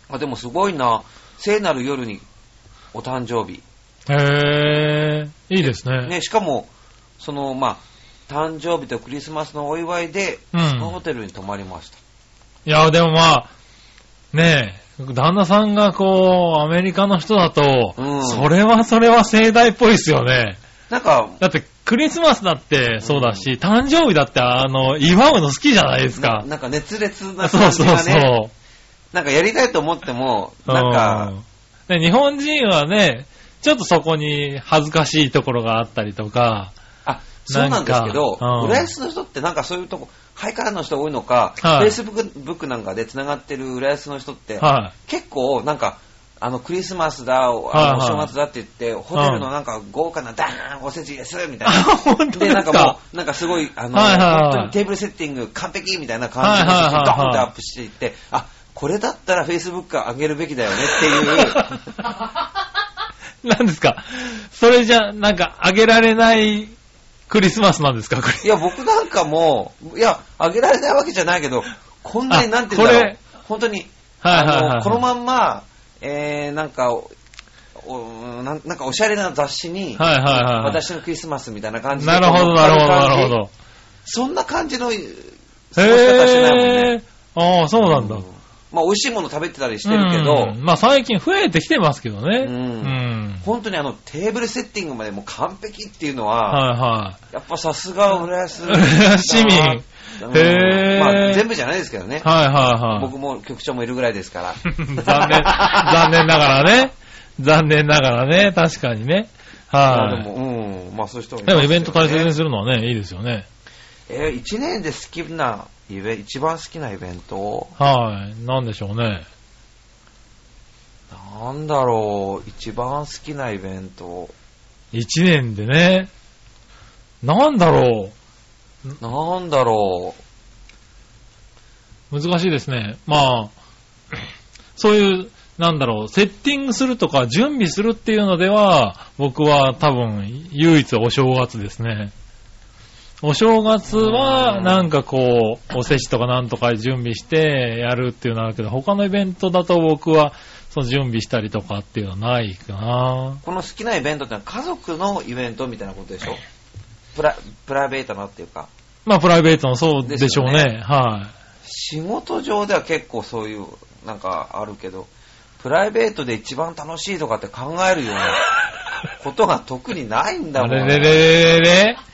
Speaker 1: あ、でもすごいな。聖なる夜にお誕生日。
Speaker 2: へえ、いいですね。
Speaker 1: ね、しかも、その、まあ、誕生日とクリスマスのお祝いで、
Speaker 2: うん
Speaker 1: スパホテルに泊まりました。
Speaker 2: いや、でもまあ、ねえ、旦那さんがこう、アメリカの人だと、
Speaker 1: うん
Speaker 2: それはそれは盛大っぽいですよね。
Speaker 1: なんか、
Speaker 2: だって、クリスマスだってそうだし、誕生日だって、あの、祝うの好きじゃないです
Speaker 1: な
Speaker 2: か。
Speaker 1: なんか熱烈な
Speaker 2: そう
Speaker 1: 感じ
Speaker 2: そう
Speaker 1: がね、
Speaker 2: そう。
Speaker 1: なんかやりたいと思っても、なん
Speaker 2: う
Speaker 1: か、
Speaker 2: ね日本人はね、ちょっとそこに恥ずかしいところがあったりとか、
Speaker 1: あ、そうなんですけど、
Speaker 2: なんかうん
Speaker 1: 浦安の人ってなんかそういうとこ、ハイカラの人多いのか、
Speaker 2: はい
Speaker 1: Facebook なんかで繋がってる浦安の人って、
Speaker 2: は
Speaker 1: 結構なんか、あの、クリスマスだ、あの、
Speaker 2: はいはい
Speaker 1: お正月だって言って、ホテルのなんか豪華なダーンおせちですみ
Speaker 2: い。
Speaker 1: たい
Speaker 2: あ
Speaker 1: な。、
Speaker 2: 本当で
Speaker 1: で、
Speaker 2: す
Speaker 1: なんかも
Speaker 2: か
Speaker 1: う、なんかすごい、あの、
Speaker 2: はいはいはい
Speaker 1: 本当にテーブルセッティング完璧みたいな感じの写真
Speaker 2: はいはいはいはい
Speaker 1: ドーンってアップしていって、あ、これだったら Facebook 上げるべきだよねって
Speaker 2: <laughs>
Speaker 1: いう、
Speaker 2: なんですかそれじゃ、なんか、あげられないクリスマスなんですかこれ
Speaker 1: いや、僕なんかもう、いや、あげられないわけじゃないけど、こんなになんていうんだ
Speaker 2: あこ
Speaker 1: ろう
Speaker 2: れ。
Speaker 1: 本当に、
Speaker 2: はいはいはい
Speaker 1: あの、このまんま、えー、なんか、おおなんなんかおしゃれな雑誌に、
Speaker 2: はいはいはい。
Speaker 1: 私のクリスマスみたいな感じで
Speaker 2: なるほど、なるほど、なるほ。
Speaker 1: この
Speaker 2: ど。
Speaker 1: そんな感じの過ごし
Speaker 2: へ
Speaker 1: 方してないもんね。
Speaker 2: ー。ああ、そうなんだ。
Speaker 1: まあ、美味しいもの食べてたりしてるけど
Speaker 2: う、んまあ最近増えてきてますけどね。
Speaker 1: うん
Speaker 2: うん
Speaker 1: 本当にあの、テーブルセッティングまでもう完璧っていうのは、
Speaker 2: はいは
Speaker 1: やっぱさすが浦安だな。
Speaker 2: 市民
Speaker 1: うん
Speaker 2: へー
Speaker 1: まあ、全部じゃないですけどね
Speaker 2: い。。はいはいはい。
Speaker 1: 僕も局長もいるぐらいですから。
Speaker 2: <laughs> 残念、残念ながらね。残念ながらね、確かにね。
Speaker 1: まあ
Speaker 2: は
Speaker 1: で
Speaker 2: い。
Speaker 1: も、うん、まあそういう人もいまよ
Speaker 2: ですも
Speaker 1: ね
Speaker 2: イベント開催するのはね、いいですよね。
Speaker 1: えー、1年で好きなイベ、一番好きなイベント、
Speaker 2: はい。なんでしょうね。
Speaker 1: なんだろう、一番好きなイベント、
Speaker 2: 一年でね。なんだろ
Speaker 1: なんだろ
Speaker 2: う。難しいですね。まあ、 <clears throat> そういう、なんだろう、セッティングするとか準備するっていうのでは、僕は多分唯一お正月ですね。お正月は
Speaker 1: うん
Speaker 2: なんかこう、おせちとかなんとか準備してやるっていうのはあるけど、他のイベントだと僕は、その準備したりとかっていうのはないかな。
Speaker 1: う、この好きなイベントってのは家族のイベントみたいなことでしょプラ、プライベートなっていうか、
Speaker 2: まあプライベートもそうでしょうね。
Speaker 1: です
Speaker 2: は
Speaker 1: 仕事上では結構そういう、なんかあるけど、プライベートで一番楽しいとかって考えるよう
Speaker 2: <laughs>
Speaker 1: なことが特にないん
Speaker 2: い。
Speaker 1: だ
Speaker 2: あ
Speaker 1: もん。
Speaker 2: れれれれれれ <laughs>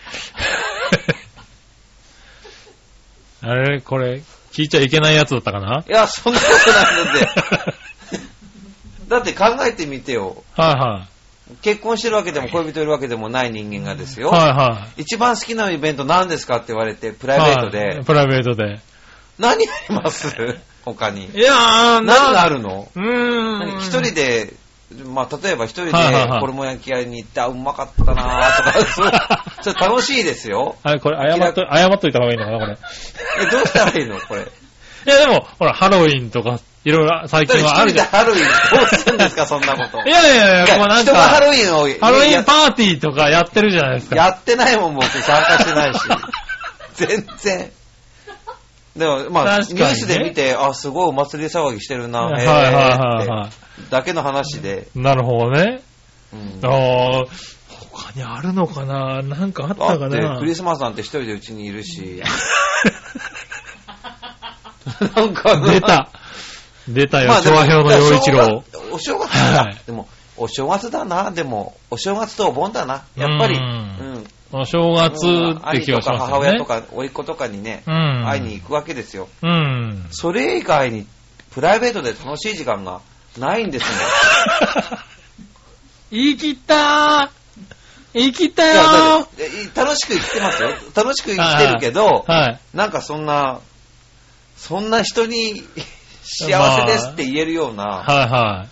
Speaker 2: あれこれ、聞いちゃいけないやつだったかない <laughs>
Speaker 1: や、そんなことないので。だって考えてみてよ。
Speaker 2: はいは
Speaker 1: 結婚してるわけでも恋人いるわけでもない人間がです
Speaker 2: い。
Speaker 1: よ。
Speaker 2: はいはい。
Speaker 1: 一番好きなイベント何ですかって言われて、プライベートで。
Speaker 2: はいプライベートで。
Speaker 1: 何やります <laughs> 他に。
Speaker 2: いやー、
Speaker 1: 何があるの
Speaker 2: うーん。
Speaker 1: 何一人で、まあ、例えば一人で
Speaker 2: はいはいはい
Speaker 1: 衣焼き屋に行って、あ、うまかったなーと
Speaker 2: <laughs>
Speaker 1: か、そう、それ楽しいですよ。
Speaker 2: あれ、これ、謝っと、謝っといた方がいいのかな、これ。
Speaker 1: え、どうしたらいいのこれ。
Speaker 2: いや、でも、ほら、ハロウィンとか、いろいろ、最
Speaker 1: 一
Speaker 2: 近はあ
Speaker 1: 人
Speaker 2: る
Speaker 1: で
Speaker 2: じゃん。
Speaker 1: ハロウィンどうするんですか、
Speaker 2: <laughs>
Speaker 1: そんなこと。
Speaker 2: いやいやいや、こうなん
Speaker 1: 人がハ
Speaker 2: か、
Speaker 1: ロウィンを、
Speaker 2: ハロウィン
Speaker 1: や
Speaker 2: パーティーとかやってるじゃないですか。
Speaker 1: やってないもん、僕、参加して
Speaker 2: <laughs>
Speaker 1: ないし。全然。でも、まあ、
Speaker 2: 確かに
Speaker 1: ニ
Speaker 2: ね
Speaker 1: ュースで見て、あ、すごいお祭り騒ぎしてるな、
Speaker 2: はい
Speaker 1: へ
Speaker 2: はい
Speaker 1: ーっ
Speaker 2: はい
Speaker 1: て、
Speaker 2: は
Speaker 1: だけの話で。
Speaker 2: い。なるほどね。
Speaker 1: うん
Speaker 2: あー、他にあるのかななんかあった
Speaker 1: だ
Speaker 2: か
Speaker 1: って、
Speaker 2: な
Speaker 1: クリスマスなんて一人でうちにいる
Speaker 2: <laughs>
Speaker 1: し。なんか
Speaker 2: 出。た。出たよ、
Speaker 1: で
Speaker 2: 調
Speaker 1: も
Speaker 2: 和表の洋一郎。。
Speaker 1: お正月
Speaker 2: は
Speaker 1: だ
Speaker 2: い。
Speaker 1: でも、お正月だな、でも、お正月とお盆だな。やっぱり、
Speaker 2: う
Speaker 1: うんん。
Speaker 2: この正月って気が
Speaker 1: 兄
Speaker 2: し
Speaker 1: とか
Speaker 2: ます
Speaker 1: 母
Speaker 2: よね。
Speaker 1: 親とか、甥っ子とかにね、
Speaker 2: うん。
Speaker 1: 会いに行くわけですよ。
Speaker 2: うん。
Speaker 1: それ以外に、プライベートで楽しい時間がないんですね。
Speaker 2: 言い切ったー <laughs> 言い切った
Speaker 1: い
Speaker 2: よ
Speaker 1: やだ
Speaker 2: ー
Speaker 1: ってえ楽しく生きてますよ。楽しく生きてるけど、
Speaker 2: はい。
Speaker 1: なんかそんな、そんな人に <laughs> 幸せですって言えるような、
Speaker 2: はいはい。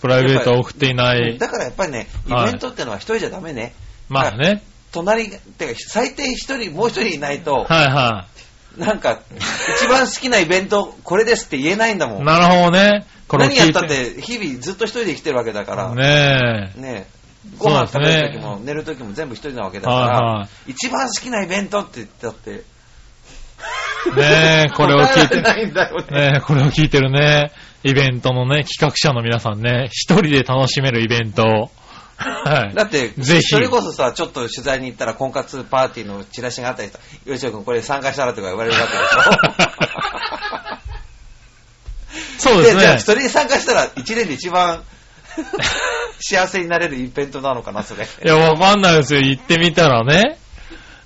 Speaker 2: プライベートを送っていない。
Speaker 1: だからやっぱりね、イ
Speaker 2: はい
Speaker 1: ベントってのは一人じゃダメね。
Speaker 2: まあね。
Speaker 1: 隣が、てか最低一人、もう一人いないと、
Speaker 2: <laughs> はいは
Speaker 1: なんか、一番好きなイベント、これですって言えないんだも
Speaker 2: い。
Speaker 1: ん。
Speaker 2: なるほどね。これを
Speaker 1: 何や
Speaker 2: 聞
Speaker 1: っ
Speaker 2: い
Speaker 1: たって、日々ずっと一人で生きてるわけだから、ね
Speaker 2: ねえ。
Speaker 1: ご飯
Speaker 2: そ
Speaker 1: 食
Speaker 2: うですね
Speaker 1: べる時も、寝る時も全部一人なわけだから、
Speaker 2: はいは
Speaker 1: 一番好きなイベントって言ったって、 <laughs>
Speaker 2: ねえ、これを聞
Speaker 1: 答
Speaker 2: い
Speaker 1: え
Speaker 2: て、
Speaker 1: られないんだよね。
Speaker 2: ねえ、これを聞いてるね、イベントのね、企画者の皆さんね、一人で楽しめるイベントを。はい。
Speaker 1: <laughs> だって、
Speaker 2: ぜひ
Speaker 1: それこそさ、ちょっと取材に行ったら婚活パーティーのチラシがあったりさ、よしおくんこれ参加したらとか言われるわ
Speaker 2: そ <laughs>
Speaker 1: け
Speaker 2: う
Speaker 1: でしょ
Speaker 2: です
Speaker 1: で、じゃあ
Speaker 2: ね。
Speaker 1: それに参加したら一年で一
Speaker 2: <laughs>
Speaker 1: 番幸せになれるイベントなのかな、それ。
Speaker 2: いや、わかんないですよ。行ってみたらね。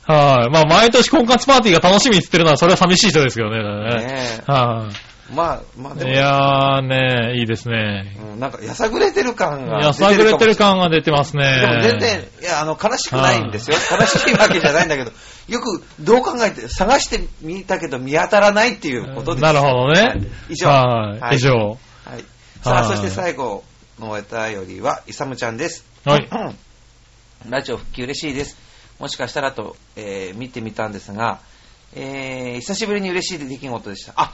Speaker 2: はい。まあ、毎年婚活パーティーが楽しみって言ってるのは、それは寂しい人ですけどね。だからね
Speaker 1: ね
Speaker 2: は
Speaker 1: えまあ、まあ
Speaker 2: い。
Speaker 1: で
Speaker 2: い
Speaker 1: も、
Speaker 2: やーね、いいですね。
Speaker 1: うんなんかやさぐれてる感が
Speaker 2: いや、さぐれてる
Speaker 1: 感
Speaker 2: 感が出てますね。
Speaker 1: でも全然、いや、あの、悲しくないんですよ。悲しいわけじゃないんだけど、よく、どう考えて、探してみたけど見当たらないっていうことです。
Speaker 2: なるほど
Speaker 1: は
Speaker 2: ね
Speaker 1: い。以上
Speaker 2: は
Speaker 1: はい
Speaker 2: い。以上。
Speaker 1: はい。さあ、
Speaker 2: は
Speaker 1: そ
Speaker 2: い
Speaker 1: して最後のお便りは、イサムちゃんです。
Speaker 2: はい。
Speaker 1: <clears throat> ラジオ復帰嬉しいです。もしかしたらと、えー見てみたんですが、えー、久しぶりに嬉しい出来事でした。あ、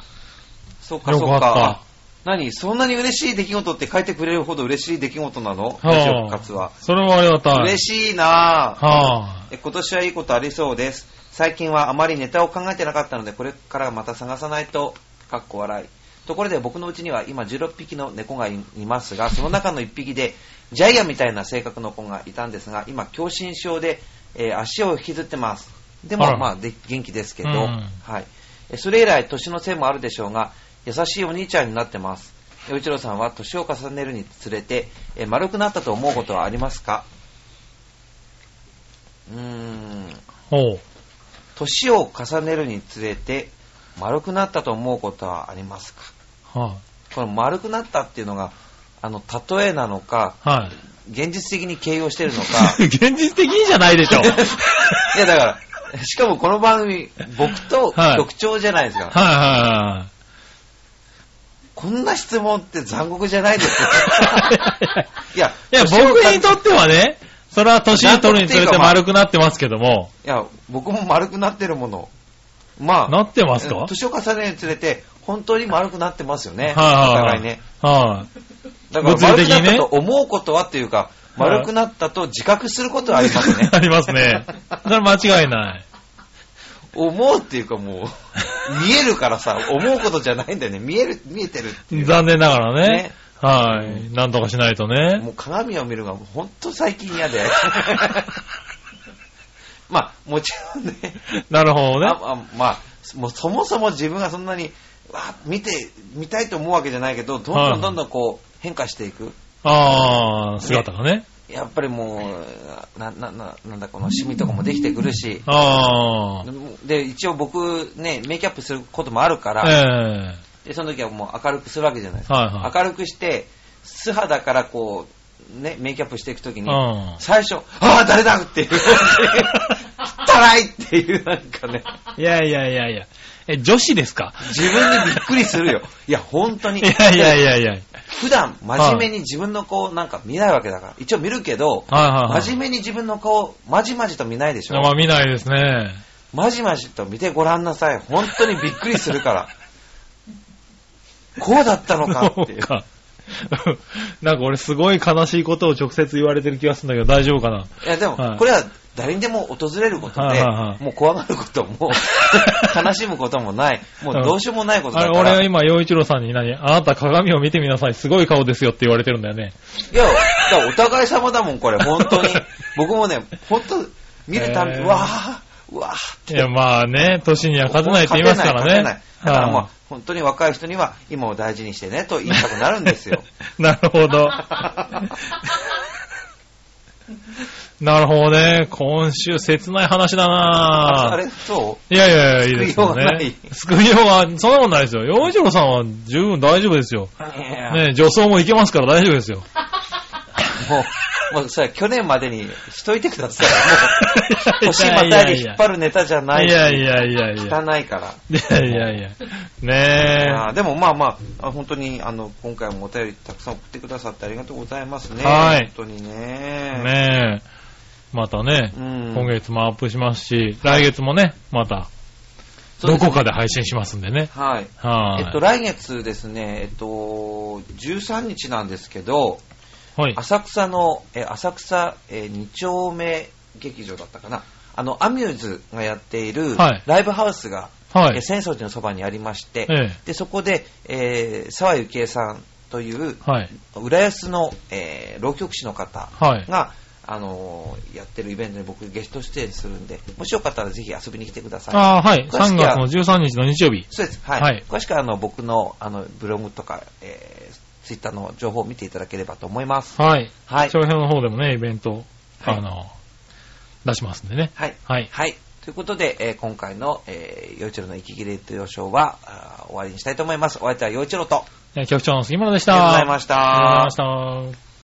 Speaker 1: そうか、
Speaker 2: よ
Speaker 1: そう
Speaker 2: か
Speaker 1: か。
Speaker 2: った
Speaker 1: あ。何そんなに嬉しい出来事って書いてくれるほど嬉しい出来事なの
Speaker 2: はあ
Speaker 1: ラジオ復活は。
Speaker 2: それはありがたい。
Speaker 1: 嬉しいなぁ。
Speaker 2: は
Speaker 1: え今年はいいことありそうです。最近はあまりネタを考えてなかったので、これからまた探さないと、かっこ笑い。ところで僕のうちには今16匹の猫がいいます
Speaker 2: <laughs>
Speaker 1: が、その中の1匹で、ジャイアンみたいな性格の子がいたんですが、今、狭心症で、えー足を引きずってます。で
Speaker 2: あ
Speaker 1: も、
Speaker 2: ら
Speaker 1: まあで、元気ですけど、
Speaker 2: うん
Speaker 1: はい。えそれ以来、年のせいもあるでしょうが、優しいお兄ちゃんになってます。洋一郎さんは年を重ねるにつれて、えー丸くなったと思うことはありますかうーん
Speaker 2: おう。
Speaker 1: 年を重ねるにつれて丸くなったと思うことはありますか
Speaker 2: は
Speaker 1: この丸くなったっていうのがあの例えなのか
Speaker 2: い。はい。
Speaker 1: 現実的に形容してる
Speaker 2: <laughs>
Speaker 1: のか
Speaker 2: 現実的じゃないで
Speaker 1: <laughs>
Speaker 2: しょ。
Speaker 1: いやだからしかもこの番組僕と
Speaker 2: はい
Speaker 1: 局長じゃないですか、
Speaker 2: はいはい
Speaker 1: こんな質問って残酷じゃない
Speaker 2: <laughs>
Speaker 1: ですよいや
Speaker 2: いや、僕にとってはね、それは年取るにつれて丸くなってますけども、
Speaker 1: いや僕も丸くなってるものまあ
Speaker 2: なってますか
Speaker 1: 年を重ねるにつれて本当に丸くなってますよね、
Speaker 2: はい
Speaker 1: お
Speaker 2: はい
Speaker 1: 互
Speaker 2: はいい。
Speaker 1: ね
Speaker 2: はい。
Speaker 1: だから
Speaker 2: 物
Speaker 1: 丸
Speaker 2: 理
Speaker 1: く
Speaker 2: 的
Speaker 1: な
Speaker 2: に
Speaker 1: っ
Speaker 2: ね
Speaker 1: たと思うことはっていうか、
Speaker 2: はい。
Speaker 1: 丸くなったと自覚することはありますね
Speaker 2: ありますね。それは間違いない。
Speaker 1: 思うっていうかもう、見えるからさ、思うことじゃないんだよね。見える、見えてるっていう。
Speaker 2: 残念ながらね
Speaker 1: ね。
Speaker 2: はい。なんとかしないとね。
Speaker 1: もう鏡を見るのがほんと最近嫌で。
Speaker 2: <laughs>
Speaker 1: まあ、もちろんね、
Speaker 2: なるほどね。
Speaker 1: ああまあ、もうそもそも自分がそんなに、わあ見て、見たいと思うわけじゃないけど、どんどんどんどんこう、変化していく。
Speaker 2: ああ、姿がね。
Speaker 1: やっぱりもう、な、な、な、なんだ、このシミとかもできてくるし、
Speaker 2: あ
Speaker 1: で、一応僕ね、メイキャップすることもあるか
Speaker 2: あ。
Speaker 1: ら、
Speaker 2: え
Speaker 1: でその時はもう明るくするわけじゃないです
Speaker 2: え。
Speaker 1: か。
Speaker 2: はいはい。
Speaker 1: 明るくして、素肌からこう、ね、メイキャップしていくときに、
Speaker 2: うん
Speaker 1: 最初、ああ、誰だっていう、汚いっていう、なんかね、
Speaker 2: いやいやいやいや。え、女子ですか
Speaker 1: 自分にびっくりす
Speaker 2: <laughs>
Speaker 1: るよ。いや、本当に。
Speaker 2: いやいやいやいや。はい
Speaker 1: 普段、真面目に自分の顔なんか見ないわけだから、一応見るけど、
Speaker 2: はいはい。
Speaker 1: 真面目に自分の顔、まじまじと見ないでしょ。
Speaker 2: まあ見ないですね。
Speaker 1: まじまじと見てごらんなさい。本当にびっくりする
Speaker 2: <laughs>
Speaker 1: から。こうだったのかっていう。
Speaker 2: そうか <laughs> なんか俺すごい悲しいことを直接言われてる気がするんだけど大丈夫かない
Speaker 1: やで
Speaker 2: は
Speaker 1: も、
Speaker 2: い
Speaker 1: これは誰にでも訪れること
Speaker 2: はい
Speaker 1: で
Speaker 2: はいは、い
Speaker 1: もう怖がること
Speaker 2: <laughs>
Speaker 1: も、悲しむこともない、もうどうしようもないこと
Speaker 2: あ
Speaker 1: だ
Speaker 2: れ、
Speaker 1: か
Speaker 2: 俺
Speaker 1: ら。
Speaker 2: はい今、洋一郎さんに何あなた鏡を見てみなさい。すごい顔ですよって言われてるんだよね。
Speaker 1: や、だからお互い様だもん、これ、本当
Speaker 2: <laughs>
Speaker 1: に。僕もね、本当、見るたび、
Speaker 2: へー
Speaker 1: うわぁ、うわぁ。
Speaker 2: いや、まあね、年には勝てないって言いますから
Speaker 1: 勝てない
Speaker 2: ね
Speaker 1: 勝。てないだからもう
Speaker 2: は、
Speaker 1: 本当に若い人には、今を大事にして <laughs>
Speaker 2: <laughs>
Speaker 1: ね、と言いたくなるんですよ。
Speaker 2: いなるほど。なるほどね。今週、切ない話だ
Speaker 1: あ
Speaker 2: な
Speaker 1: れそ
Speaker 2: いやいやいや、いいですよね。救いようは、そんなもんないですよ。洋一郎さんは十分大丈夫ですよ。
Speaker 1: ういや
Speaker 2: ね、女装もいけますから大丈夫ですよ。
Speaker 1: もう、もうそれ去年までにしといてくださ
Speaker 2: <laughs>
Speaker 1: い。もう、腰またいで引っ張るネタじゃないい。
Speaker 2: やいやいやいや。
Speaker 1: 汚いから。
Speaker 2: いやいやいや。ね
Speaker 1: あーでもまあまあ、あ本当にあの今回もお便りたくさん送ってくださってありがとうございますね。
Speaker 2: はい
Speaker 1: 本当にね。
Speaker 2: え。ねえ。またね、
Speaker 1: うん
Speaker 2: 今月もアップしますし、来月もね、また、
Speaker 1: そうで
Speaker 2: ど
Speaker 1: す
Speaker 2: こかで配信しますんでね。
Speaker 1: はい。
Speaker 2: は
Speaker 1: え
Speaker 2: い
Speaker 1: っと、。来月ですね、えっと、13日なんですけど、
Speaker 2: はい。
Speaker 1: 浅草の、え浅草、え2丁目劇場だったかな。あの、アミューズがやっている
Speaker 2: はい
Speaker 1: ライブハウスが、
Speaker 2: は
Speaker 1: え
Speaker 2: い。
Speaker 1: 浅草寺のそばにありまして、
Speaker 2: え
Speaker 1: で、そこで、えー、沢井幸恵さんという、
Speaker 2: え。はい。
Speaker 1: 浦安の、えー浪曲師の方
Speaker 2: はい。
Speaker 1: が、あのーやってるイベントに僕ゲスト出演するんで、もしよかったらぜひ遊びに来てください。
Speaker 2: ああ、はい。
Speaker 1: 詳し
Speaker 2: 3
Speaker 1: くは
Speaker 2: 月の13日の日曜日。
Speaker 1: そうです。はい。
Speaker 2: はい
Speaker 1: 詳しくはあの僕のあのブログとか、えー、ツイッターの情報を見ていただければと思います。
Speaker 2: はい。
Speaker 1: はい。
Speaker 2: 商品の方でもね、イベント、
Speaker 1: はい
Speaker 2: あの、出しますんでね。
Speaker 1: はい。
Speaker 2: はい。
Speaker 1: はい。ということで、えー今回の、えー、洋一郎の息切れというショーは、あー終わりにしたいと思います。お相手は洋一郎と。
Speaker 2: えー局長の杉村でした。
Speaker 1: ありがとうございました
Speaker 2: ありがとうございました。